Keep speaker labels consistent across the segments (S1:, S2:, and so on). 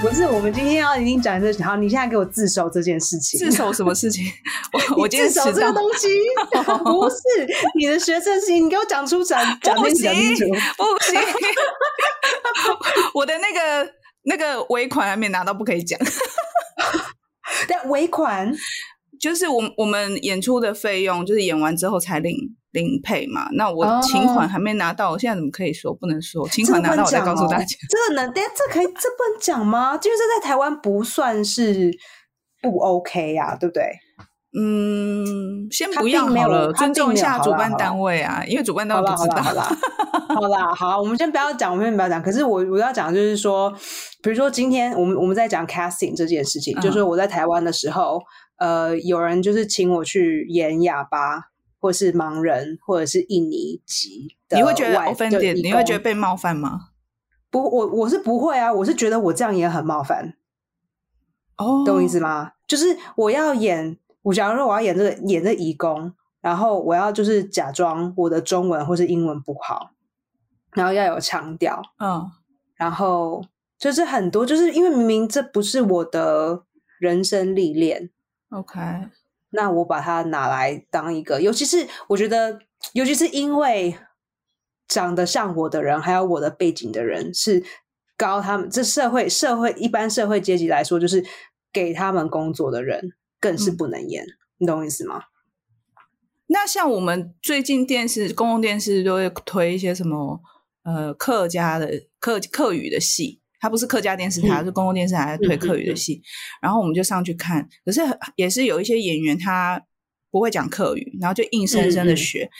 S1: 不是，我们今天要已经讲这，好，你现在给我自首这件事情。
S2: 自首什么事 情？我我今天
S1: 自首
S2: 迟
S1: 这
S2: 到
S1: 个，东 西不是你的学生事情，你给我讲出讲讲
S2: 不
S1: 清
S2: 行
S1: 讲清楚。
S2: 不行， 我的那个那个尾款还没拿到，不可以讲。
S1: 但尾款
S2: 就是我我们演出的费用，就是演完之后才领领配嘛。那
S1: 哦
S2: 我请款还没拿到，我现在怎么可以说？不能说 请
S1: 这个
S2: 款
S1: 不能
S2: 拿到，我再
S1: 讲
S2: 告诉大
S1: 哦
S2: 家。，
S1: 这个能，但这可以，这不能讲吗？就是这在台湾不算是不 OK 呀、啊，对不对？
S2: 嗯，先
S1: 他
S2: 不要
S1: 并没
S2: 好
S1: 有
S2: 了，
S1: 他
S2: 尊
S1: 并
S2: 重一
S1: 没有
S2: 下
S1: 好
S2: 主
S1: 啦
S2: 办
S1: 好啦
S2: 单位啊，因为主办单
S1: 好
S2: 位
S1: 啦
S2: 不
S1: 好
S2: 知
S1: 啦
S2: 道
S1: 好。啦， 好啦好，啊我们先不要讲，我们先不要讲。可是我我要讲的就是说，比如说今天我们我们在讲 casting 这件事情，
S2: 嗯
S1: 就是我在台湾的时候，呃，有人就是请我去演哑巴，或是盲人，或者是印尼籍的
S2: 你
S1: 外，
S2: 会觉得 offended，
S1: 就义
S2: 你会觉得
S1: 工
S2: 被冒犯吗？
S1: 不？我我是不会啊，我是觉得我这样也很冒犯。
S2: 哦，
S1: 懂我意思？吗？就是我要演，我假如说我要演这个演这义工，然后我要就是假装我的中文或是英文不好，然后要有腔调，
S2: 嗯，
S1: 然后就是很多，就是因为明明这不是我的人生历练，
S2: OK，
S1: 那我把它拿来当一个，尤其是我觉得，尤其是因为长得像我的人，还有我的背景的人是高他们这社会社会一般社会阶级来说，就是给他们工作的人更是
S2: 嗯
S1: 不能演，你懂我意思吗？
S2: 那像我们最近电视公共电视都会推一些什么呃客家的客客语的戏，它不是客家电视台，
S1: 嗯
S2: 是公共电视台在推客语的戏，然后我们就上去看，可是很也是有一些演员他不会讲客语，然后就硬生生
S1: 嗯嗯
S2: 的学。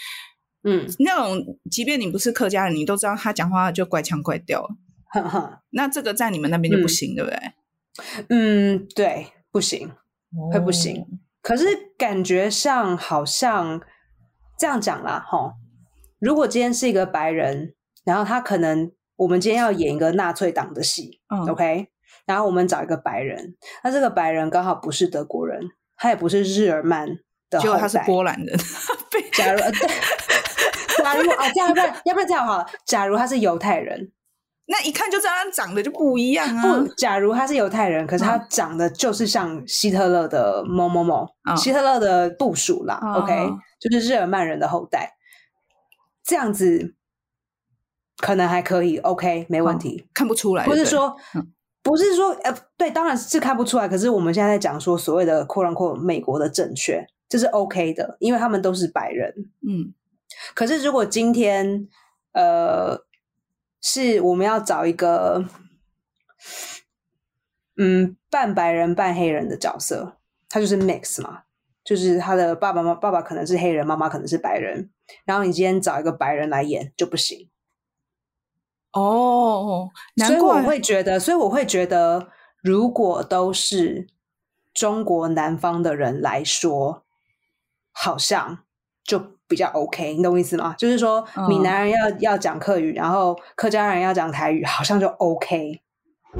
S1: 嗯，
S2: 那种，即便你不是客家人，你都知道他讲话就怪腔怪调了。
S1: 哈哈，
S2: 那这个在你们那边就不
S1: 嗯
S2: 行，对不对？
S1: 嗯，对，不行。会不行
S2: 哦。
S1: 可是感觉上好像这样讲啦，吼，如果今天是一个白人，然后他可能我们今天要演一个纳粹党的戏，
S2: 嗯
S1: OK，然后我们找一个白人，那这个白人刚好不是德国人，他也不是日耳曼的
S2: 结
S1: 后
S2: 果
S1: 代，
S2: 他是波兰人，被
S1: 假如呃 对，假如啊，这样要不然要不然这样好了，假如他是犹太人，
S2: 那一看就知道他长得就不一样啊。
S1: 不，假如他是犹太人，可是他长得就是像希特勒的某某某，
S2: 嗯
S1: 希特勒的部属啦、
S2: 嗯
S1: o k 就是日耳曼人的后代，这样子可能还可以，OK，没问题。
S2: 看不出来，
S1: 不
S2: 对
S1: 是
S2: 对
S1: 说
S2: 嗯，
S1: 不是说，呃，对，当然是看不出来。可是我们现在在讲说所谓的“扩张扩”美国的正确，这是 OK 的，因为他们都是白人。
S2: 嗯
S1: 可是如果今天呃，是我们要找一个嗯半白人半黑人的角色，他就是 mix 嘛，就是他的爸爸妈爸爸可能是黑人，妈妈可能是白人，然后你今天找一个白人来演就不行，
S2: 哦，
S1: 所
S2: 难
S1: 以我
S2: 怪
S1: 会觉得，所以我会觉得，如果都是中国南方的人来说，好像就比较 OK，你懂我意思吗？就是说，
S2: 嗯
S1: 闽南人要、要讲客语，然后客家人要讲台语，好像就 OK。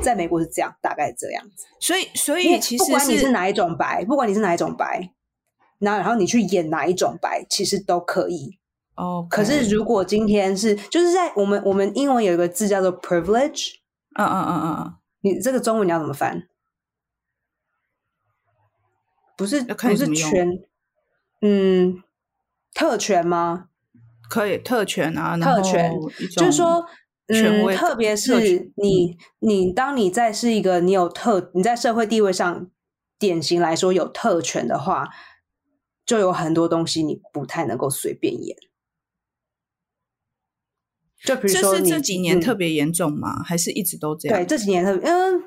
S1: 在美国是这样，大概这样子。
S2: 所以所
S1: 因为
S2: 以其
S1: 不
S2: 实
S1: 管你是哪一种白，不管你是哪一种白，那然后你去演哪一种白，其实都可以。
S2: 哦，
S1: 可是如果今天是就是在我们我们英文有一个字叫做 privilege，
S2: 嗯嗯嗯嗯嗯，
S1: 你这个中文你要怎么翻？不是
S2: 要
S1: 不
S2: 看你怎
S1: 是
S2: 么用
S1: 权，嗯，特权吗？
S2: 可以特权啊，
S1: 特权
S2: 然后一种
S1: 就是说，
S2: 权
S1: 嗯，
S2: 威
S1: 特别
S2: 特权嗯
S1: 是你你当你在是一个你有特你在社会地位上典型来说有特权的话，就有很多东西你不太能够随便演。就比如
S2: 这
S1: 说
S2: 是
S1: 你，
S2: 这几年
S1: 嗯
S2: 特别严重吗？还是一直都这样？
S1: 对，这几年特别，嗯，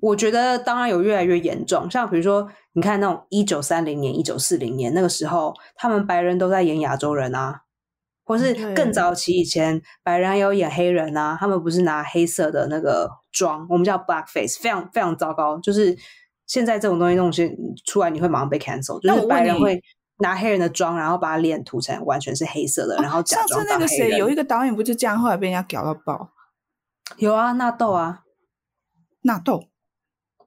S1: 我觉得当然有越来越严重。像比如说，你看那种一九三零年、一九四零年那个时候，他们白人都在演亚洲人啊，或是
S2: 嗯对
S1: 更早期以前，白人还有演黑人啊，他们不是拿黑色的那个妆，我们叫 blackface，非常非常糟糕。就是现在这种东西弄些出来，你会马上被 cancel，就
S2: 那
S1: 是
S2: 我
S1: 白
S2: 问
S1: 人
S2: 你
S1: 会。拿黑人的妆，然后把脸涂成完全是黑色的，
S2: 哦
S1: 然后假
S2: 上次
S1: 装
S2: 那
S1: 当
S2: 个
S1: 黑
S2: 谁
S1: 人。
S2: 有一个导演不就这样，后来被人家屌到爆，
S1: 有啊，纳豆啊，
S2: 纳豆。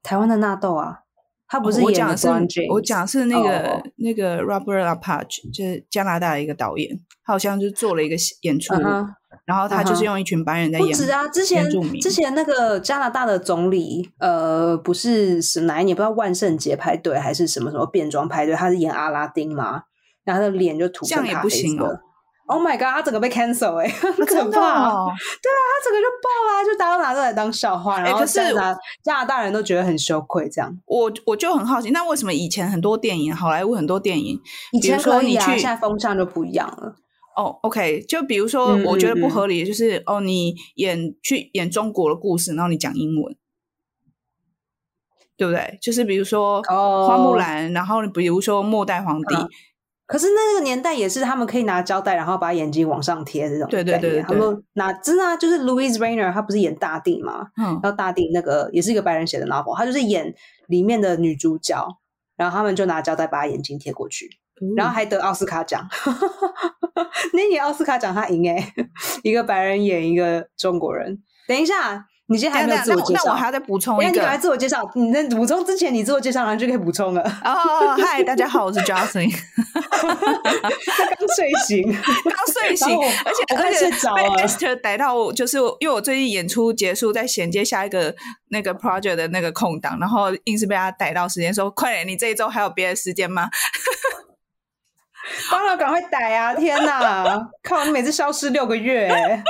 S1: 台湾的纳豆啊，他不是
S2: 哦我
S1: 演
S2: 讲
S1: 的
S2: 的是
S1: Brown James，
S2: 我讲的是那个、
S1: 哦
S2: 那个 Robert Lapage，就是加拿大的一个导演，他好像就做了一个戏演出
S1: 嗯哼
S2: 然后他就是用一群白人在
S1: 不
S2: 演，
S1: 止啊，之前
S2: 原住民
S1: 之前那个加拿大的总理，呃，不是是哪一年，不知道万圣节派对还是什么什么变装派对，他是演阿拉丁嘛，然后他的脸就涂
S2: 这样
S1: 成
S2: 也
S1: 咖
S2: 不
S1: 啡
S2: 行
S1: 色
S2: 哦。
S1: Oh my god！他整个被 cancel 哎、欸，
S2: 啊
S1: 很可
S2: 真的
S1: 怕。
S2: 哦
S1: 他整个就爆啦、就大家都拿这来当笑话，然后
S2: 哎可是
S1: 加拿、加拿大人都觉得很羞愧。这样
S2: 我我就很好奇，那为什么以前很多电影，好莱坞很多电影，
S1: 以
S2: 比如
S1: 前
S2: 说
S1: 可以
S2: 你
S1: 啊，
S2: 去
S1: 现在风向就不一样了。
S2: 哦，OK，就比如说
S1: 嗯
S2: 我觉得
S1: 嗯
S2: 不
S1: 嗯
S2: 合理，的就是、哦，你演去演中国的故事，然后你讲英文，对不对？就是比如说
S1: 哦
S2: 花木兰，然后比如说末代皇帝，
S1: 可是那个年代也是，他们可以拿胶带，然后把眼睛往上贴这种
S2: 对对
S1: 概念
S2: 对对
S1: 他们拿真的啊，就是 Louis Rainer，他不是演大地吗？
S2: 嗯
S1: 然后大地那个也是一个白人写的 novel，他就是演里面的女主角，然后他们就拿胶带把她眼睛贴过去，
S2: 嗯
S1: 然后还得奥斯卡奖。 那年奥斯卡奖他赢诶、一个白人演一个中国人。等一下，你今天还
S2: 等
S1: 没
S2: 一
S1: 有
S2: 下
S1: 自
S2: 那
S1: 我
S2: 我
S1: 介
S2: 那我
S1: 绍
S2: 还。要再补充
S1: 等一下
S2: 一
S1: 你
S2: 个
S1: 赶快自我介绍，你在补充之前，你自我介绍，然后就可以补充了。
S2: 哦，嗨，大家好，我是 Jocelyn，
S1: 刚睡醒，
S2: 刚睡醒
S1: 然后我，
S2: 而且
S1: 我快
S2: 而且
S1: 睡着
S2: 被
S1: 了
S2: Esther 逮到我，就是我因为我最近演出结束，在衔接下一个那个 project 的那个空档，然后硬是被他逮到时间，说快点，你这一周还有别的时间吗？
S1: 当然赶快逮啊！天 哪，靠！你每次消失六个月、欸，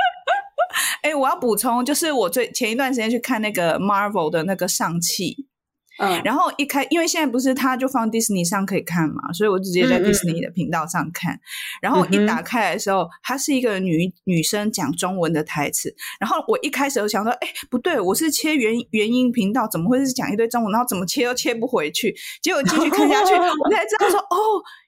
S2: 哎、我要补充，就是我最前一段时间去看那个 Marvel 的那个上汽，
S1: 嗯，
S2: 然后一开，因为现在不是它就放 Disney 上可以看嘛，所以我直接在
S1: 嗯嗯嗯
S2: Disney 的频道上看。然后一打开来的时候，它是一个女女生讲中文的台词。然后我一开始就想说，哎、不对，我是切原原音频道，怎么会是讲一堆中文？然后怎么切都切不回去。结果继续看 下去，我才知道说，哦，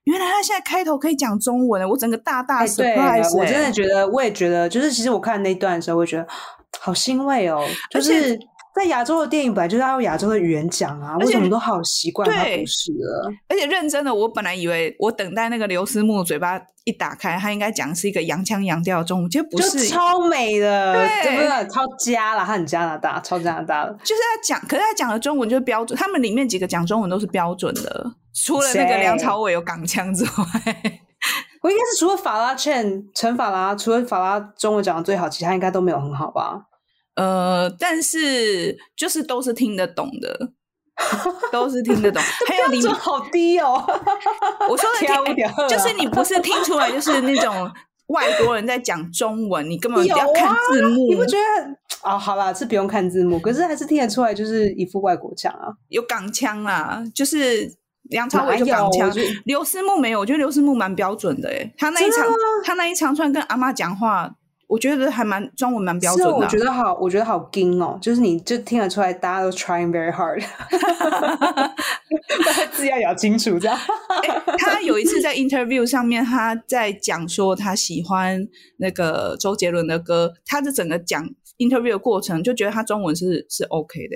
S2: 原来他现在开头可以讲中文了。我整个大大
S1: 哎，对了
S2: surprise，、
S1: 我
S2: 哎
S1: 真的觉得，我也觉得，就是其实我看那段的时候，我会觉得哦好欣慰哦，就
S2: 而且
S1: 是。在亚洲的电影本来就是要用亚洲的语言讲啊，
S2: 而
S1: 为
S2: 且
S1: 什么都好习惯它
S2: 对
S1: 不是了？
S2: 而且认真的，我本来以为我等待那个刘思慕嘴巴一打开，他应该讲是一个洋腔洋调的中文，结果不，
S1: 就是
S2: 就是
S1: 超美的，
S2: 对
S1: 对不对？超加啦，它很加拿大，超加拿大的。
S2: 他讲，可是他讲的中文就是标准，他们里面几个讲中文都是标准的，除了那个
S1: 谁
S2: 梁朝伟有港腔之外，
S1: 我应该是除了法拉劝陈法拉，除了法拉中文讲的最好，其他应该都没有很好吧？
S2: 呃，但是就是都是听得懂 的，都是听得懂。还有
S1: 标
S2: 里
S1: 准
S2: 面
S1: 好低哦，
S2: 我说的
S1: 天啊我
S2: 听，
S1: 点饿
S2: 就是
S1: 了
S2: 你不是听出来，就是那种外国人在讲中文，你根本
S1: 有
S2: 要看
S1: 啊
S2: 字幕，
S1: 你不觉得很？哦，好啦，是不用看字幕，可是还是听得出来，就是一副外国腔啊。
S2: 有港腔啦，就是梁朝伟
S1: 哪
S2: 就港
S1: 有
S2: 腔
S1: 我觉得，
S2: 刘思慕没有，我觉得刘思慕蛮标准的诶、欸他那一场他那一长串跟阿妈讲话，我觉得还蛮中文蛮标
S1: 是
S2: 准
S1: 哦
S2: 的啊、
S1: 我觉得好，我觉得好硬哦，就是你就听得出来，大家都 trying very hard，把字要咬清楚，这样。
S2: 啊他有一次在 interview 上面，他在讲说他喜欢那个周杰伦的歌，他的整个讲 interview 的过程就觉得他中文是是 OK 的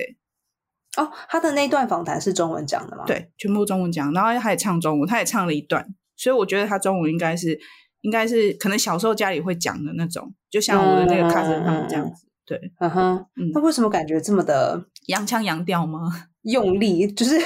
S2: 欸、
S1: 哦，他的那段访谈是中文讲的吗？，
S2: 对，全部中文讲，然后他也唱中文，他也唱了一段，所以我觉得他中文应该是应该是可能小时候家里会讲的那种，就像我的那个
S1: 嗯
S2: cousin 他们
S1: 嗯嗯
S2: 这样
S1: 嗯
S2: 子，对，
S1: 嗯哼，
S2: 嗯
S1: 那为什么感觉这么的
S2: 洋腔洋调吗？
S1: 用力？就是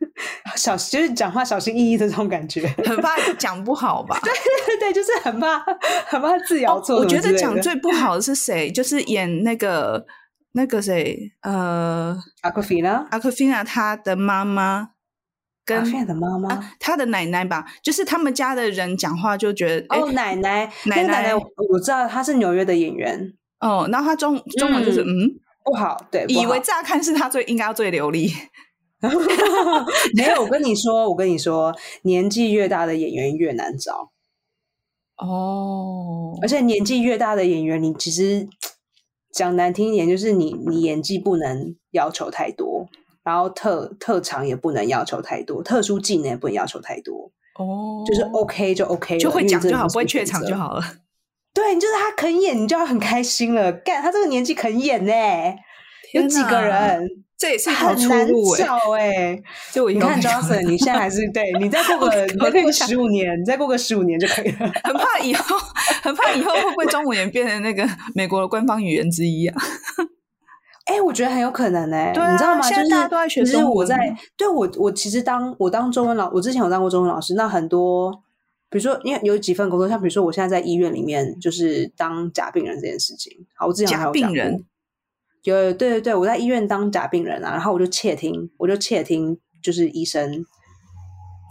S1: 小，就是讲话小心翼翼的这种感觉。
S2: 很怕讲不好吧？
S1: 对对，就是很怕，很怕字
S2: 哦
S1: 咬错、
S2: 我觉得讲
S1: 最
S2: 最不好的是谁？ 就是演那个那个谁，呃，
S1: 阿克菲呢？
S2: 阿克菲娜她的妈妈
S1: 阿
S2: 跟
S1: 克菲的妈妈。
S2: 啊她的奶奶吧，就是他们家的人讲话就觉得，哎、
S1: 哦，奶奶，那
S2: 奶
S1: 个奶
S2: 奶
S1: 奶，我我知道她是纽约的演员，
S2: 哦，然后她中中文就是嗯
S1: 不好，对，不
S2: 以为
S1: 好
S2: 乍看是他最应该要最 流利，
S1: 没有。我跟你说，我跟你说，年纪越大的演员越难找，
S2: 哦
S1: 而且年纪越大的演员，你其实讲难听一点，就是你你演技不能要求太多，然后特特长也不能要求太多，特殊技能也不能要求太多，
S2: 哦，
S1: 就是 OK 就 OK，了
S2: 就会
S1: 因为
S2: 讲
S1: 这
S2: 就好，
S1: 是
S2: 不会
S1: 你
S2: 怯
S1: 选
S2: 场
S1: 择
S2: 就好了。
S1: 对，你就是他肯演，你就要很开心了。干，他这个年纪肯演呢、有
S2: 天
S1: 几个
S2: 哪
S1: 人？
S2: 这也是一条
S1: 很
S2: 出
S1: 难
S2: 路哎、
S1: 找哎、
S2: 就我以
S1: 你
S2: 后
S1: 看
S2: 可以
S1: Johnson，你现在还是对你再 过个你再过个十五年，你再过个十五年就可以了。
S2: 很怕以后，很怕以后会不会中文也变成那个美国的官方语言之 一啊？
S1: 哎、我觉得很有可能哎、
S2: 对啊
S1: 你知道吗？
S2: 现
S1: 就
S2: 在
S1: 是
S2: 大家都在学
S1: 其实
S2: 中
S1: 我
S2: 文
S1: 在
S2: 啊
S1: 对我我其实当我当中文老，我之前有当过中文老师，那很多比如说，因为有几份工作，像比如说我现在在医院里面就是当假病人这件事情，好，我之前还
S2: 假
S1: 有讲
S2: 病
S1: 过
S2: 人，
S1: 有对对对，我在医院当假病人啊，然后我就窃听，我就窃听，就是医生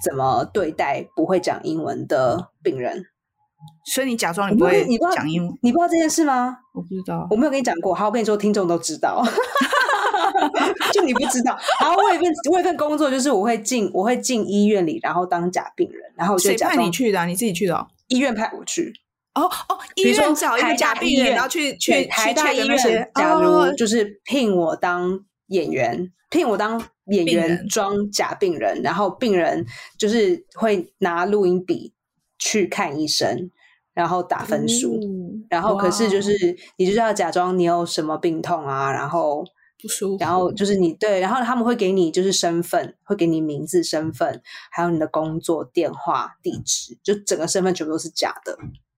S1: 怎么对待不会讲英文的病人。
S2: 所以你假装
S1: 你
S2: 你不
S1: 不会
S2: 会
S1: 你不知道
S2: 讲英文，
S1: 你不知道这件事吗？
S2: 我不知道
S1: 我。没有跟你讲过，好，我跟你说，听众都知道， 就你不知道。然后我有一份我有一份工作，就是我会进我会进医院里，然后当假病人，然后我就
S2: 谁
S1: 假
S2: 派你
S1: 装
S2: 去的啊、你自己去的哦、
S1: 医院派我去，
S2: 哦哦，医
S1: 比如
S2: 院
S1: 说
S2: 找一
S1: 台
S2: 个假
S1: 大医
S2: 病人，
S1: 院
S2: 然后去
S1: 对
S2: 去去
S1: 台大
S2: check
S1: 医
S2: 那些
S1: 院，，假
S2: 哦
S1: 如就是聘我当演员，聘我当演
S2: 病
S1: 员
S2: 人
S1: 装假病人，然后病人就是会拿录音笔去看医生，然后打分数。
S2: 哦
S1: 然后可是就
S2: 哇
S1: 是你就是要假装你有什么病痛啊，然后
S2: 不舒服，
S1: 然后就是你对，然后他们会给你就是身份，会给你名字、身份，还有你的工作、电话、地址，就整个身份全部都是假的。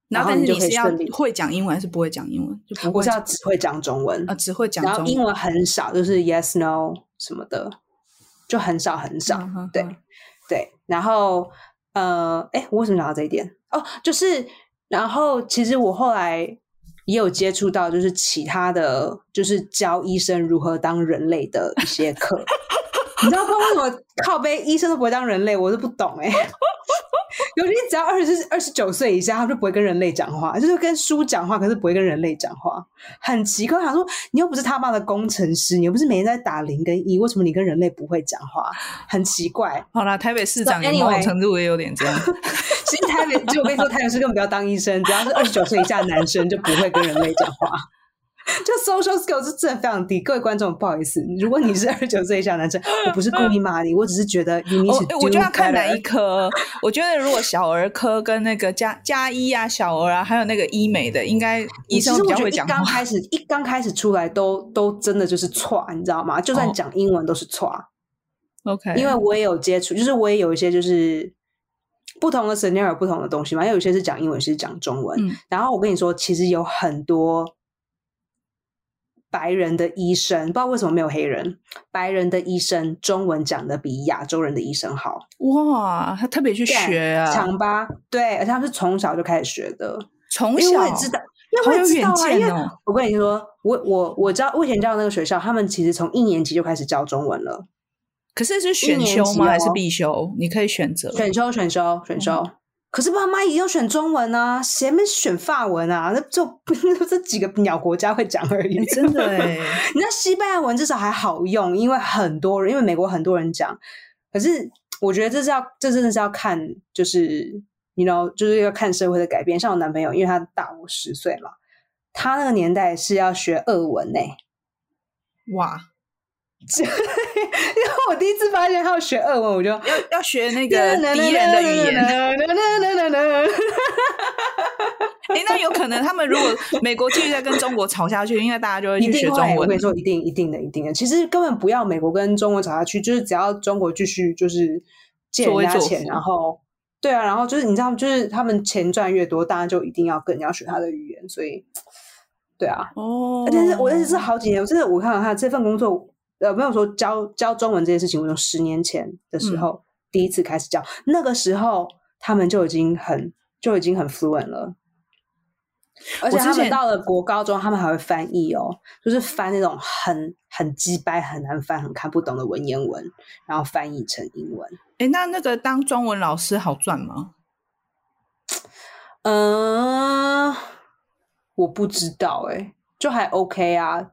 S2: 然后但
S1: 你
S2: 是
S1: 就
S2: 你
S1: 可以
S2: 是要
S1: 顺利，
S2: 会讲英文还是不会讲英文？就不
S1: 我
S2: 会
S1: 是要
S2: 讲
S1: 只会讲中文
S2: 啊，只会讲
S1: 然
S2: 中
S1: 后
S2: 文。
S1: 英文很少，就是 yes no 什么的，就很少很少。
S2: 嗯哼
S1: 对
S2: 哼
S1: 对，然后呃，哎，我为什么讲到这一点？哦，就是然后其实我后来也有接触到，就是其他的就是教医生如何当人类的一些课。你知道不知道为什么靠背医生都不会当人类，我都不懂哎、尤其只要二十二十九岁以下，他们就不会跟人类讲话，就是跟书讲话，可是不会跟人类讲话，很奇怪。他说：“你又不是他妈的工程师，你又不是每天在打零跟一，为什么你跟人类不会讲话？很奇怪。
S2: 好啦，台北市
S1: So
S2: 长也某种
S1: anyway
S2: 程度也有点这样。
S1: 其实台北，其实我跟你说，台北市根本不要当医生，只要是二十九岁以下的男生就不会跟人类讲话。就 social skill 是真的非常低，各位观众不好意思，如果你是二十九岁以下的男生，我不是故意骂你，我只是觉得你 need
S2: 我
S1: to
S2: 哦诶我觉
S1: do
S2: 得要看哪
S1: better
S2: 一科。我觉得如果小儿科跟那个加加医啊、小儿啊，还有那个医美的，应该医生
S1: 其实我
S2: 比较
S1: 觉得
S2: 会
S1: 一
S2: 讲
S1: 刚
S2: 话。
S1: 开始一刚开始出来都都真的就是错，你知道吗？就算
S2: 哦
S1: 讲英文都是错、啊
S2: OK，
S1: 因为我也有接触，就是我也有一些就是不同的 scenario 有不同的东西嘛，因为有些是讲英文，有些是讲中文。
S2: 嗯
S1: 然后我跟你说，其实有很多白人的医生，不知道为什么没有黑人，白人的医生中文讲的比亚洲人的医生好。
S2: 哇，他特别去学啊，
S1: 强吧？对，而且他们是从小就开始学的。
S2: 从
S1: 因为
S2: 小
S1: 我也知道，因为我
S2: 好
S1: 也
S2: 有
S1: 知道
S2: 远
S1: 啊，因
S2: 见
S1: 为
S2: 哦。
S1: 我跟你说，我我我知道，我以前教的那个学校，他们其实从一年级就开始教中文了，
S2: 可是是
S1: 一
S2: 选
S1: 年
S2: 修
S1: 级
S2: 吗？还
S1: 哦
S2: 是必修？你可以选择。
S1: 选修选修选修。可是爸妈也要选中文啊，谁没选法文啊？那就这几个鸟国家会讲而已。
S2: 诶真的哎，
S1: 你知道西班牙文至少还好用，因为很多人，因为美国很多人讲。可是我觉得这是要，这真的是要看，就是你 know，就是要看社会的改变。像我男朋友，因为他大我十岁嘛，他那个年代是要学俄文呢、
S2: 哇，
S1: 因为我第一次发现他要学俄文，我就
S2: 要要学那个敌人的语言。
S1: 言。
S2: 哎、那有可能他们如果美国继续在跟中国吵下去，应该大家就 会
S1: 一
S2: 去学
S1: 定
S2: 中
S1: 会，我
S2: 文啊
S1: 跟你。说，一定一定的，一定的。其实根本不要美国跟中国吵下去，就是只要中国继续就是借人
S2: 作威
S1: 家
S2: 作
S1: 钱，
S2: 福
S1: 然后对啊，然后就是你知道，就是他们钱赚越多，大家就一定要更要学他的语言，所以对啊。
S2: 哦
S1: 但是我认识是好几年，我真的我看了看这份工作，呃，没有说教教中文这件事情，我从十年前的时
S2: 嗯
S1: 候、第一次开始教，那个时候他们就已经很就已经很 fluent 了。而且
S2: 我之
S1: 他们
S2: 前
S1: 到了国高中，他们还会翻译哦，就是翻那种很很鸡掰、很难翻、很看不懂的文言文，然后翻译成英文。
S2: 哎、那那个当中文老师好赚吗？
S1: 嗯、我不知道哎、就还 OK 啊。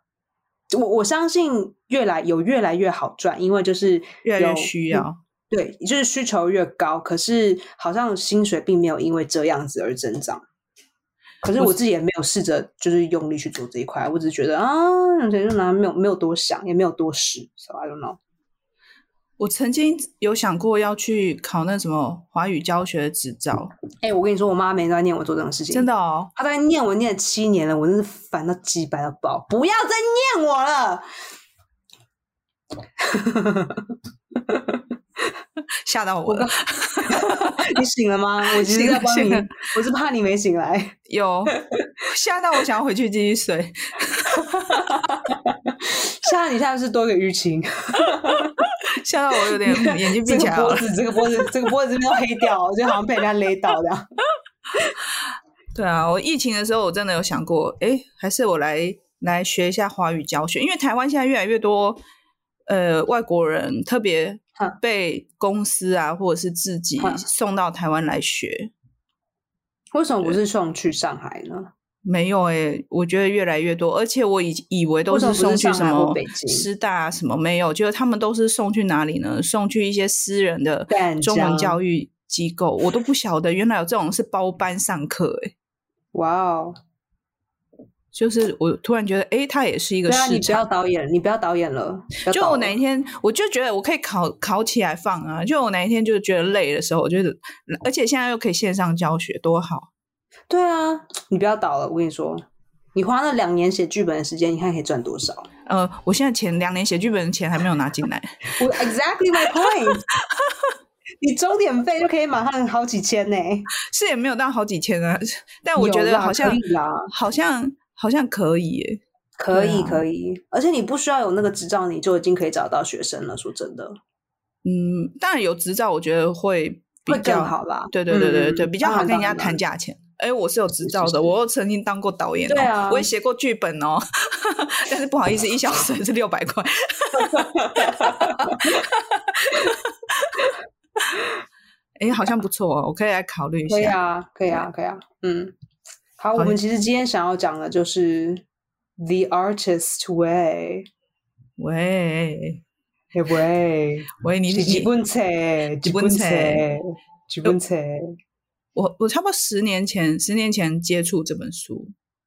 S1: 我我相信越来有越来越好赚，因为就是
S2: 越来越
S1: 有
S2: 需要。
S1: 对，就是需求越高，可是好像薪水并没有因为这样子而增长。可是我自己也没有试着就是用力去做这一块，我只是觉得啊，人就拿没有没有多想，也没有多试，so I don't know。
S2: 我曾经有想过要去考那什么华语教学的执照，
S1: 哎、我跟你说，我妈每天都在念我做这种事情，
S2: 真的哦。
S1: 他在念我念了七年了，我真是烦到鸡掰到爆！不要再念我了。
S2: 吓到我了。
S1: 你醒了吗？我其实
S2: 醒
S1: 在
S2: 了
S1: 帮你
S2: 醒了，
S1: 我是怕你没醒来。
S2: 有 吓到我，想要回去继续睡。
S1: 吓你现在是多一个淤青，
S2: 吓到我有 点嗯眼睛闭
S1: 这
S2: 起
S1: 个
S2: 来
S1: 脖
S2: 了。
S1: 子，这个脖子，这个脖子这边都黑掉 了，就好像被人家勒到这样。
S2: 对啊，我疫情的时候我真的有想过，诶，还是我来来学一下华语教学，因为台湾现在越来越多呃外国人，特别
S1: 嗯
S2: 被公司啊或者是自己
S1: 嗯
S2: 送到台湾来学。
S1: 为什么不是送去上海呢？
S2: 没有诶、我觉得越来越多，而且我以以为都
S1: 为什么
S2: 是
S1: 不
S2: 送
S1: 是
S2: 去
S1: 上
S2: 什
S1: 海或
S2: 么
S1: 北京
S2: 师大啊什么，没有，就是他们都是送去哪里呢？送去一些私人的
S1: 淡
S2: 中文
S1: 江
S2: 教育机构，我都不晓得原来有这种是包班上课、欸，
S1: 哇哦！
S2: 就是我突然觉得，诶，它也是一个
S1: 对啊，
S2: 市
S1: 你不要
S2: 场。
S1: 导演，你不要导演了。不要
S2: 就
S1: 导
S2: 我
S1: 了
S2: 哪一天，我就觉得我可以考考起来放啊！就我哪一天就觉得累的时候，我就是，而且现在又可以线上教学，多好！
S1: 对啊，你不要倒了，我跟你说，你花那两年写剧本的时间，你看可以赚多 少？
S2: 呃，我现在前两年写剧本的钱还没有拿进来，
S1: 我 exactly my point，你终点费就可以马上好几千呢、
S2: 是也没有到好几千啊，但我觉
S1: 有
S2: 得
S1: 啦
S2: 好像
S1: 可以啦
S2: 好像好像可以耶。
S1: 可以、
S2: 对啊
S1: 可以，而且你不需要有那个执照，你就已经可以找到学生了。说真的，
S2: 嗯，当然有执照，我觉得会比
S1: 会
S2: 较
S1: 更好啦。
S2: 对对对对
S1: 嗯
S2: 对，比较好
S1: 当然
S2: 跟
S1: 当
S2: 人家
S1: 然
S2: 谈价钱。哎，我是有执照
S1: 是
S2: 的，我又曾经当过导演、哦，
S1: 对啊
S2: 我也写过剧本哦，但是不好意思，一小时是六百块。 哎，好像不错哦，我可以来考虑一
S1: 可以
S2: 下。
S1: 啊，可以啊，可以啊。嗯，好，我
S2: 好
S1: 们其实今天想要讲的就是《The Artist Way》。
S2: 喂
S1: 嘿喂，
S2: 喂，你
S1: 是一
S2: 你
S1: 本册，一
S2: 本
S1: 本
S2: 册呃
S1: 册，一本册。
S2: 我我差不多十年前，十年前接触这本书，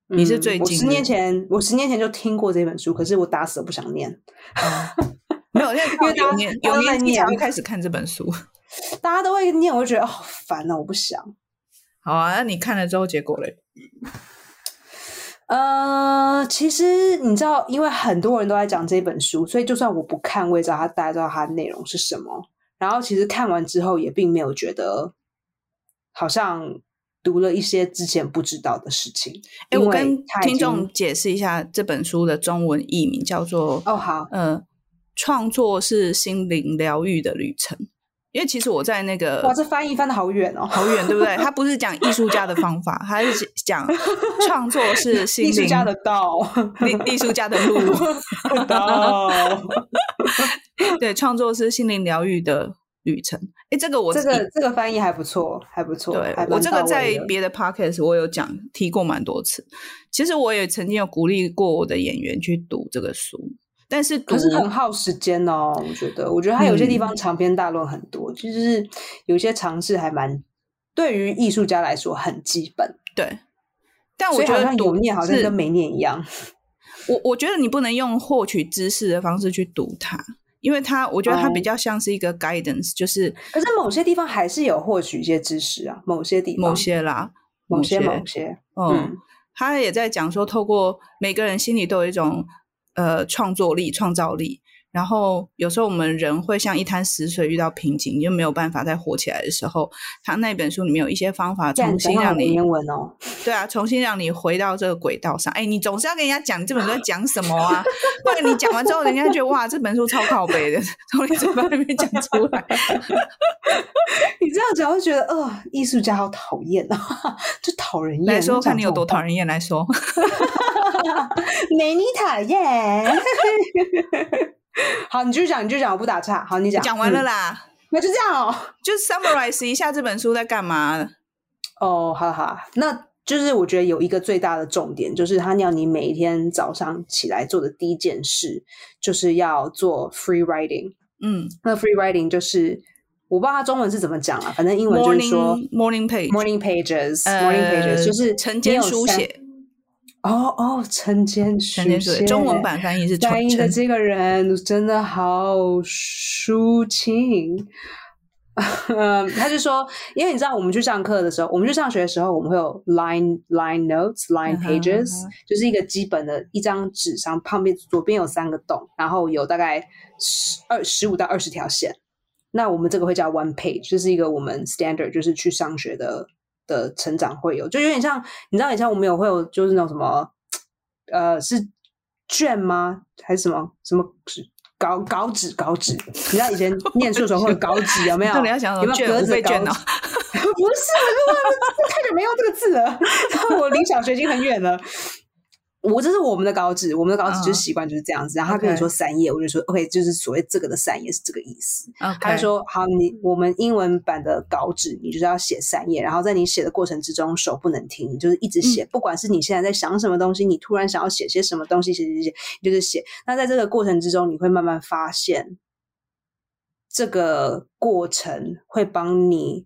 S2: 你是
S1: 嗯
S2: 最
S1: 我
S2: 近
S1: 十
S2: 的
S1: 年前，我十年前就听过这本书，可是我打死都不想念。哦
S2: 没有，因为
S1: 因为
S2: 有
S1: 大
S2: 年
S1: 大家
S2: 有年
S1: 在
S2: 纪才
S1: 念
S2: 会开始看这本书。
S1: 大家都会念，我就觉得哦，好烦啊，我不想。
S2: 好啊，那你看了之后结果嘞？
S1: 呃，其实你知道，因为很多人都在讲这本书，所以就算我不看，我也知道它大概知道它的内容是什么。然后其实看完之后，也并没有觉得好像读了一些之前不知道的事情。
S2: 哎，
S1: 因
S2: 我
S1: 为
S2: 跟
S1: 它已
S2: 听众
S1: 经
S2: 解释一下这本书的中文译名叫做
S1: 哦好，
S2: 呃，创作是心灵疗愈的旅程。因为其实我在那个
S1: 哇，这翻译翻的好远哦。
S2: 好远，对不对？他不是讲艺术家的方法，他是讲 创作是心
S1: 艺术
S2: 灵
S1: 家的道，
S2: 艺艺术家的路。
S1: 道，
S2: 对，创作是心灵疗愈的旅程。哎，这个我
S1: 这
S2: 自己
S1: 个这个翻译还不错，还不错。
S2: 对
S1: 还
S2: 我
S1: 蛮
S2: 这个
S1: 到位
S2: 在
S1: 的
S2: 别的 podcast 我有讲提过蛮多次。其实我也曾经有鼓励过我的演员去读这个书，但是读
S1: 可是很耗时间哦，我觉得，我觉得它有些地方
S2: 嗯
S1: 长篇大论很多，就是有些尝试还蛮对于艺术家来说很基本，
S2: 对，但我
S1: 所以
S2: 觉
S1: 好
S2: 得
S1: 像有
S2: 读
S1: 念好像
S2: 是
S1: 跟没念一样。
S2: 我我觉得你不能用获取知识的方式去读它，因为它我觉得它比
S1: 哦
S2: 较像是一个 guidance，就是
S1: 可是某些地方还是有获取一些知识啊，某些地方、
S2: 某些啦，
S1: 某些
S2: 某些
S1: 某些，
S2: 嗯，
S1: 嗯
S2: 他也在讲说，透过每个人心里都有一种呃创作力、创造力。然后有时候我们人会像一滩死水，遇到瓶颈，你就没有办法再火起来的时候，他那本书里面有一些方法，
S1: 干
S2: 重新
S1: 讲好
S2: 让你
S1: 英文哦，
S2: 对啊，重新让你回到这个轨道上。哎，你总是要跟人家讲你这本书在讲什么啊？不然你讲完之后，人家觉得哇，这本书超靠背的， 从你嘴巴里面讲出来。
S1: 你这样讲会觉得，呃，艺术家好讨厌啊， 就讨人厌。
S2: 来说
S1: 都讲
S2: 看你有
S1: 这种
S2: 多讨人厌，来说。
S1: 没你讨厌。 好，你继续讲，你继续讲，我不打岔。好，你讲。
S2: 讲完了
S1: 嗯，
S2: 啦，
S1: 那就这样哦。
S2: 就 summarize 一下这本书在干嘛。
S1: 哦，好好，那就是我觉得有一个最大的重点，就是他要你每一天早上起来做的第一件事，就是要做 free writing。
S2: 嗯
S1: 那 free writing 就是我不知道它中文是怎么讲啊，反正英文就是说
S2: ，morning morning page
S1: morning pages，morning pages，,
S2: 呃
S1: morning pages 就是
S2: 晨
S1: 你
S2: 间
S1: 有
S2: 书
S1: 三。
S2: 写，
S1: 哦哦，晨间
S2: 晨间书写，中文版翻译是
S1: 翻
S2: 晨
S1: 译的
S2: 晨
S1: 这个人真的好抒情。 他就说，因为你知道，我们去上课的时候，我们去上学的时候，我们会有 line line notes、line
S2: 嗯哼
S1: pages，、
S2: 嗯哼
S1: 就是一个基本的一张纸上，旁边左边有三个洞，然后有大概十二十五到二十条线。那我们这个会叫 one page，这是一个我们 standard，就是去上学的的成长会有，就有点像你知道，以前我们有会有就是那种什么，呃，是卷吗？还是什么什么是稿稿纸稿纸，你知道以前念书的时候会有稿纸有没有？
S2: 到底要想什
S1: 有
S2: 么
S1: 没有
S2: 卷
S1: 格
S2: 五
S1: 子
S2: 倍
S1: 稿
S2: 卷
S1: 纸
S2: 哦？
S1: 不是，我太久没用这个字了， 然后我离小学已经很远了。我这是我们的稿纸，我们的稿纸就是习惯就是这样子。然后他跟你
S2: 嗯 OK
S1: 说三页，我就说 OK，就是所谓这个的三页是这个意思。他就说
S2: OK，
S1: 好，你我们英文版的稿纸，你就是要写三页，然后在你写的过程之中，手不能停，你就是一直写，不管是你现在在想什么东西，你突然想要写些什么东西，写写写，你就是写。那在这个过程之中，你会慢慢发现，这个过程会帮你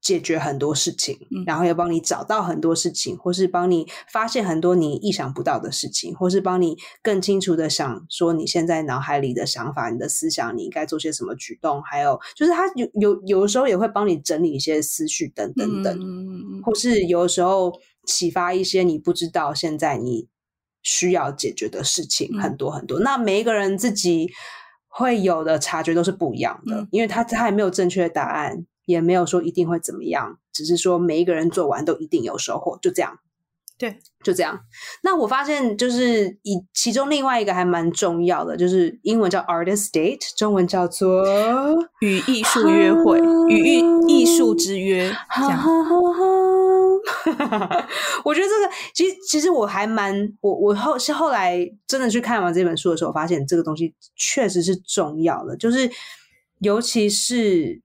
S1: 解决很多事情，
S2: 嗯
S1: 然后也帮你找到很多事情，或是帮你发现很多你意想不到的事情，或是帮你更清楚的想说你现在脑海里的想法、你的思想，你应该做些什么举动，还有就是它有有有的时候也会帮你整理一些思绪等等等，
S2: 嗯嗯嗯嗯
S1: 或是有的时候启发一些你不知道现在你需要解决的事情，
S2: 嗯
S1: 很多很多。那每一个人自己会有的察觉都是不一样的，
S2: 嗯
S1: 因为他他也没有正确的答案，也没有说一定会怎么样，只是说每一个人做完都一定有收获，就这样。
S2: 对，
S1: 就这样。那我发现就是以其中另外一个还蛮重要的，就是英文叫 artist date，中文叫做
S2: 与艺术约会，与艺艺术之约，这
S1: 啊哈
S2: 样。
S1: 哈哈哈！ 我觉得这个其实其实我还蛮我我后是后来真的去看完这本书的时候，发现这个东西确实是重要的，就是尤其是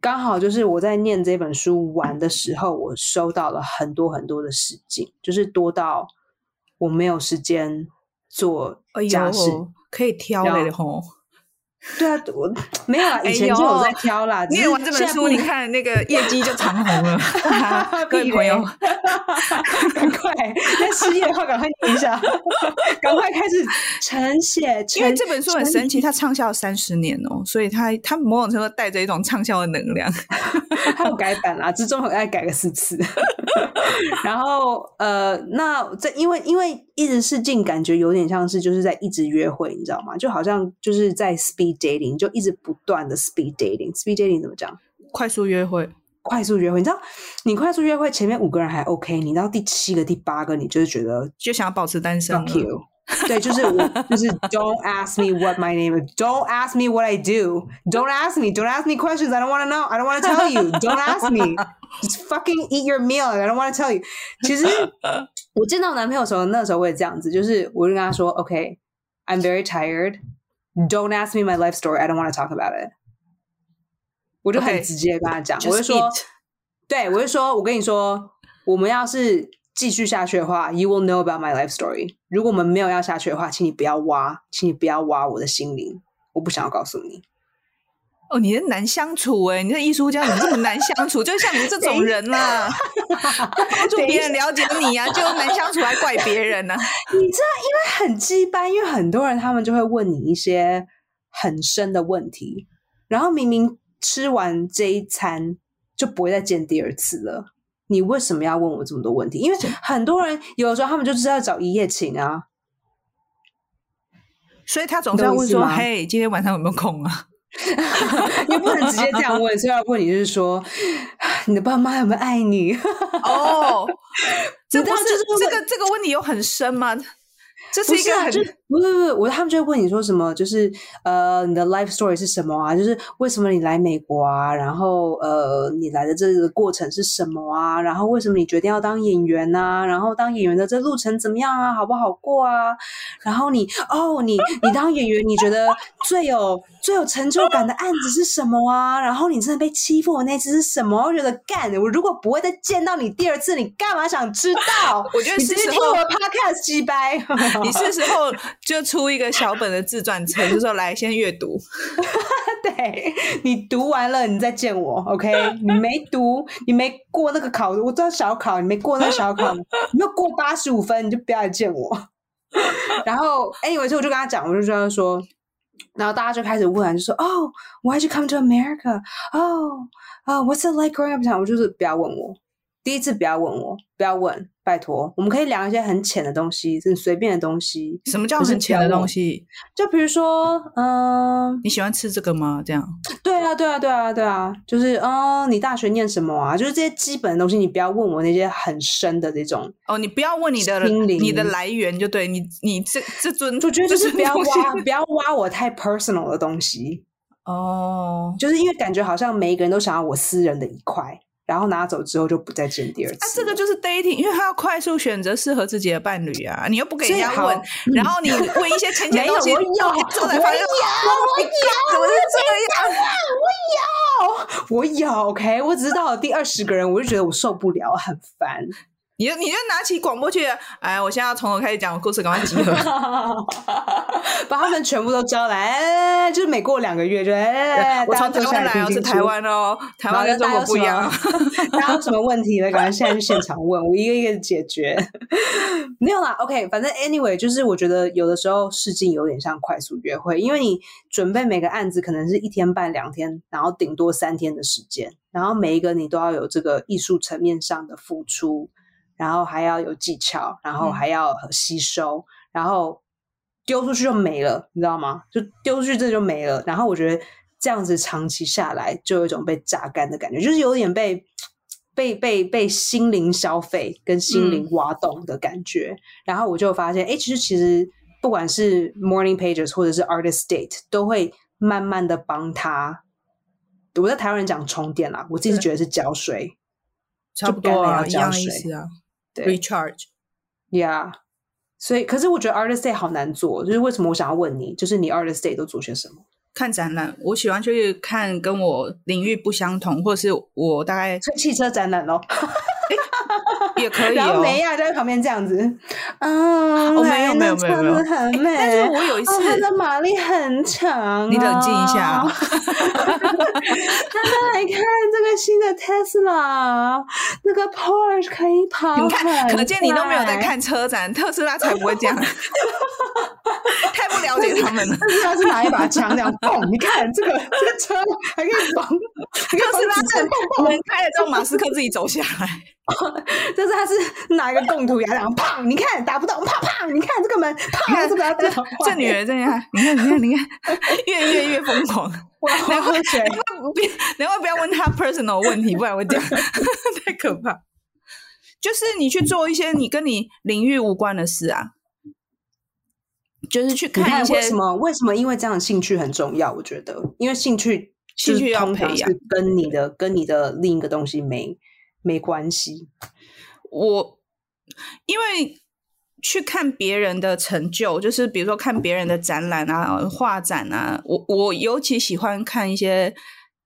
S1: 刚好就是我在念这本书完的时候，我收到了很多很多的事情，就是多到我没有时间做
S2: 哎
S1: 家事。
S2: 呦，可以挑
S1: 然
S2: 嘞吼！
S1: 对啊，我没有啦，
S2: 哎
S1: 以前就有
S2: 呦
S1: 在挑啦。只
S2: 念
S1: 是
S2: 完这
S1: 现
S2: 本
S1: 在
S2: 书，
S1: 不
S2: 你看那个业绩就长红 了。 各位朋友，
S1: 赶 快！那失业的话，赶快念一 下，赶快开始晨写。
S2: 因为
S1: 晨
S2: 这本书很神奇，它畅销三十年哦，所以它它某种程度带着一种畅销的能量。
S1: 还有改版 啦，之中很爱改个四次。 然后呃，那这因为因为一直试镜，感觉有点像是就是在一直约会，你知道吗？就好像就是在 speed dating，就一直不断的 speed dating。speed dating 怎么讲？
S2: 快速约会，
S1: 快速约会，你知道，你快速约会前面五个人还 OK，你到第七个、第八个，你就是觉得
S2: 就想要保持单身
S1: Fuck
S2: 了。
S1: you。对，就是我，就是 Don't ask me what my name is. Don't ask me what I do. Don't ask me. Don't ask me questions. I don't want to know. I don't want to tell you. Don't ask me. Just fucking eat your meal. I don't want to tell you. 其实 我见到我男朋友的时候，那时候我也这样子，就是我就跟他说，OK, I'm very tired. Don't ask me my life story. I don't want to talk about it. 我就很
S2: OK，
S1: 直接跟他讲，
S2: just
S1: 我就说
S2: eat，
S1: 对我就说，我跟你说，我们要是继续下去的话，you will know about my life story。如果我们没有要下去的话，请你不要挖，请你不要挖我的心灵，我不想要告诉你。
S2: 哦，你很难相处哎、你这艺术家怎么这么难相处？就像你这种人啦、不帮助别人了解你啊，就难相处还怪别人呢、
S1: 你知道，因为很鸡掰，因为很多人他们就会问你一些很深的问题，然后明明吃完这一餐就不会再见第二次了，你为什么要问我这么多问题？ 因为很多人有的时候他们就知道找一夜情啊，
S2: 所以他总是要问
S1: 你懂
S2: 说：“
S1: 我意思吗
S2: 嘿，今天晚上有没有空啊
S1: 也不能直接这样问，所以要问你就是说， 你的爸妈有没有爱你？？”
S2: 哦，这
S1: 你知
S2: 不
S1: 道
S2: 是
S1: 就是
S2: 这
S1: 问
S2: 个这个问题有很深吗？这
S1: 不
S2: 一
S1: 是
S2: 个
S1: 啊，
S2: 很
S1: 就不是不是，我他们就会问你说什么，就是呃，你的 life story 是什么啊？就是为什么你来美国啊？然后呃，你来的这个过程是什么啊？然后为什么你决定要当演员啊？然后当演员的这路程怎么样啊？好不好过啊？然后你哦，你你当演员，你觉得最有最有成就感的案子是什么啊？然后你真的被欺负的那次是什么？我觉得干，我如果不会再见到你第二次，你干嘛想知道？
S2: 我觉得
S1: 你
S2: 是
S1: 直接
S2: 时
S1: 听我
S2: 候
S1: 的 podcast 鸡掰，
S2: 你是时候就出一个小本的自传册，就说来先阅读。
S1: 对你读完了，你再见我，OK？你没读，你没过那个考，我知道小考，你没过那个小考，你没有过八十五分，你就不要来见我。 然后，anyway，所以我就跟他讲，我就跟他说，然后大家就开始问，就说哦、w h y d you come to America？哦、啊、w h a t s it like growing up？这样我就是不要问我，第一次不要问我，不要问，拜托，我们可以聊一些很浅的东西，很随便的东西，
S2: 什么叫
S1: 可是
S2: 很浅的
S1: 不要
S2: 东
S1: 问
S2: 西？
S1: 就比如说，嗯、
S2: 你喜欢吃这个吗？这样
S1: 对啊，对啊，对啊，对啊，就是哦，你大学念什么啊？就是这些基本的东西，你不要问我那些很深的这种。
S2: 哦，你不要问你的
S1: 心灵
S2: 你的来源就对你你这这尊，
S1: 我觉得就是
S2: 这尊
S1: 不要
S2: 东西
S1: 挖，不要挖我太 personal 的东西，
S2: 哦。
S1: 就是因为感觉好像每一个人都想要我私人的一块，然后拿走之后就不再见第二次
S2: 啊
S1: 了。，
S2: 这个就是 dating，因为他要快速选择适合自己的伴侣啊，你又不给
S1: 所
S2: 人
S1: 以
S2: 家
S1: 好嗯
S2: 问，然后你问一些浅
S1: 没
S2: 显
S1: 有，
S2: 的
S1: 我
S2: 东西，
S1: 有，我有，我
S2: 后来发现
S1: 有，
S2: 怎么是这样？
S1: 我有，OK，我只是到了第二十个人，我就觉得我受不了，很烦。
S2: 你就你就拿起广播剧，哎，我现在要从头开始讲我故事，赶快集 合。
S1: 把他们全部都招来，哎就是每过两个月就哎，
S2: 我
S1: 大家
S2: 从
S1: 坐
S2: 台
S1: 下
S2: 湾来，我
S1: 听
S2: 是
S1: 听
S2: 台
S1: 书
S2: 湾哦，台湾跟中国不一样。
S1: 哎大家有什么问题呢？赶快现在去现场问，我一个一个解决。 没有啦，OK，反正 anyway，就是我觉得有的时候试镜有点像快速约会，因为你准备每个案子可能是一天半、两天，然后顶多三天的时间，然后每一个你都要有这个艺术层面上的付出，然后还要有技巧，然后还要吸收，然后丢出去就没了，你知道吗？就丢出去这就没了。然后我觉得这样子长期下来，就有一种被榨干的感觉，就是有点被被被被心灵消费跟心灵挖洞的感觉。然后我就发现，哎，其实其实不管是 Morning Pages 或者是 Artist Date，都会慢慢的帮他。我在台湾人讲充电啦，我自己是
S2: 对
S1: 觉得是浇水，
S2: 差不多啊，
S1: 就
S2: 一
S1: 橄榄
S2: 样
S1: 油
S2: 的
S1: 加
S2: 意
S1: 水
S2: 思啊。
S1: 对
S2: Recharge，
S1: Yeah，所以可是我觉得 artist day 好难做，就是为什么我想要问你，就是你 artist day 都做些什么？
S2: 看展览，我喜欢去看跟我领域不相同，或者是我大概
S1: 所以汽车展览咯，
S2: 也可以
S1: 然后
S2: 哦。
S1: 梅亚就在旁边这样 子，嗯，
S2: 哦没有没有没有没有
S1: 那车子很美，
S2: 但是我有一次
S1: 哦，它的马力很长、
S2: 你冷静一下啊
S1: 来看这个新的 Tesla，那个 Porsche 可以跑，
S2: 你看，可见你都没有在。看车展，特斯拉才不会这样， 太不了解他们了。
S1: 但是他是拿一把枪这样 蹦，你看这个这个车还可 以防，还可以
S2: 特斯拉
S1: 防子弹
S2: 是门开了之后，马斯克自己走下来。
S1: 但是他是拿一个供土牙，然后砰，你看打不动，砰砰，你看这个门，
S2: 你
S1: 砰，
S2: 看
S1: 是不是要这样
S2: 这女人真厉害！你看，你看，你看，越越越疯狂。
S1: 我要喝水。
S2: 别，难怪不要问他 personal 问题，不然我讲 太可怕。就是你去做一些你跟你领域无关的事啊，就是去
S1: 你
S2: 看
S1: 看
S2: 一些
S1: 为什么？为什么？因为这样的兴趣很重要，我觉得，因为兴趣
S2: 兴
S1: 就是
S2: 趣要
S1: 通常
S2: 培
S1: 是
S2: 养
S1: 跟你的跟你的另一个东西没没关系。
S2: 我因为去看别人的成就，就是比如说看别人的展览啊、画展啊，我我尤其喜欢看一些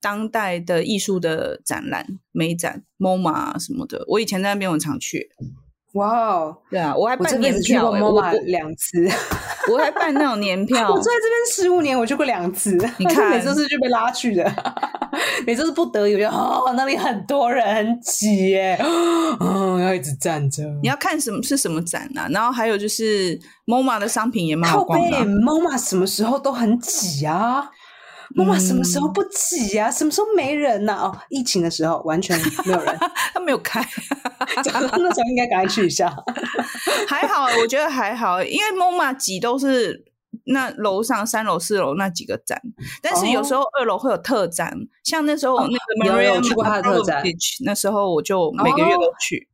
S2: 当代的艺术的展览、美展、MoMA 啊什么的。我以前在那边我很常去，
S1: 哇哦！
S2: 对啊，我还
S1: 我这
S2: 办
S1: 辈
S2: 年
S1: 子去
S2: 票、
S1: 过
S2: 欸，我我啊
S1: MoMA 两次，
S2: 我还办那种 年票
S1: 我。住在这边十五年，我去过两次，
S2: 你
S1: 而且每
S2: 看
S1: 次都是就被拉去的， 每次都是不得已，我觉得哦那里很多人，很挤耶，嗯，要一直站着。
S2: 你要看什么是什么展啊？然后还有就是 MoMA 的商品也蛮好
S1: 靠背
S2: 逛的啊、
S1: MoMA 什么时候都很挤啊，MoMA 什么时
S2: 嗯
S1: 候不挤啊？什么时候没人呐、哦，疫情的时候完全没 有人，
S2: 它没有开，
S1: 那时候应该赶快去一 下。
S2: 还好，我觉得还好，因为 MoMA 挤都是那楼上三楼、四楼那几个展，但是有时候二楼会有特展，像那时候那个
S1: 哦有
S2: Maria
S1: 有去过他的特展
S2: 那时候我就每个月都去，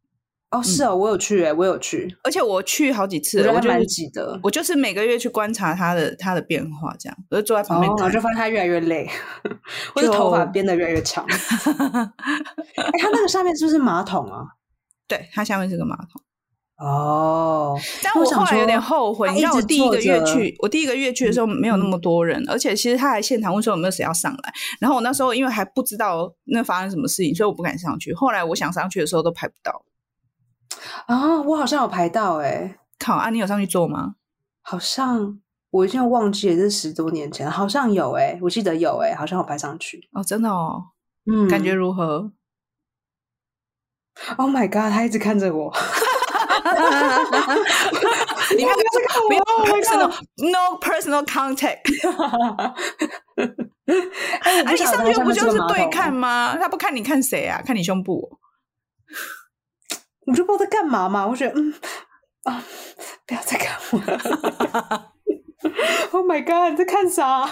S1: 哦，是哦，我有去哎、我有去，
S2: 而且我去好几
S1: 我
S2: 次，
S1: 觉得
S2: 我
S1: 还
S2: 就
S1: 蛮
S2: 嗯是
S1: 挤的。
S2: 我就是每个月去观察它的它的变化，这样我就坐在
S1: 哦
S2: 旁边，
S1: 然后
S2: 看。
S1: 就发现他越来越累，或者
S2: 就
S1: 头发编的越来越长。 哎、他那个下面是不是马桶啊？
S2: 对，它下面是个马桶。
S1: 哦，
S2: 但
S1: 我
S2: 我
S1: 想
S2: 后来有
S1: 说
S2: 点后悔，
S1: 他
S2: 你知
S1: 一
S2: 道我
S1: 直
S2: 第一
S1: 坐
S2: 个月
S1: 着嗯
S2: 去，我第一个月去的时候没有那么多人，而且其实他还现场问说有没有谁要上来，然后我那时候因为还不知道那发生什么事情，所以我不敢上去。后来我想上去的时候都排不到，
S1: 啊，我好像有排到哎、
S2: 靠啊！你有上去坐吗？
S1: 好像我已经忘记了，这是十多年前，好像有哎、我记得有哎、好像有排上去。
S2: 哦，真的哦，
S1: 嗯，
S2: 感觉 如何？
S1: Oh my god！他一直看着我，
S2: 你没有
S1: 这个
S2: 没有
S1: personal，
S2: personal no personal contact，
S1: 哎，
S2: 啊，你上去不就是对看
S1: 吗？
S2: 吗？他不看你看谁啊？看你胸部哦。
S1: 我就不知道在干嘛嘛，我觉得嗯啊，不要再看我了。Oh my god！你在看啥？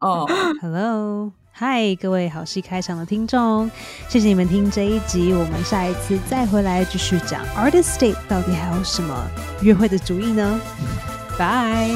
S2: 哦，
S3: Hello，嗨，各位好戏开场的听众，谢谢你们听这一集，我们下一次再回来继续讲 Artist Date 到底还有什么约会的主意呢？拜。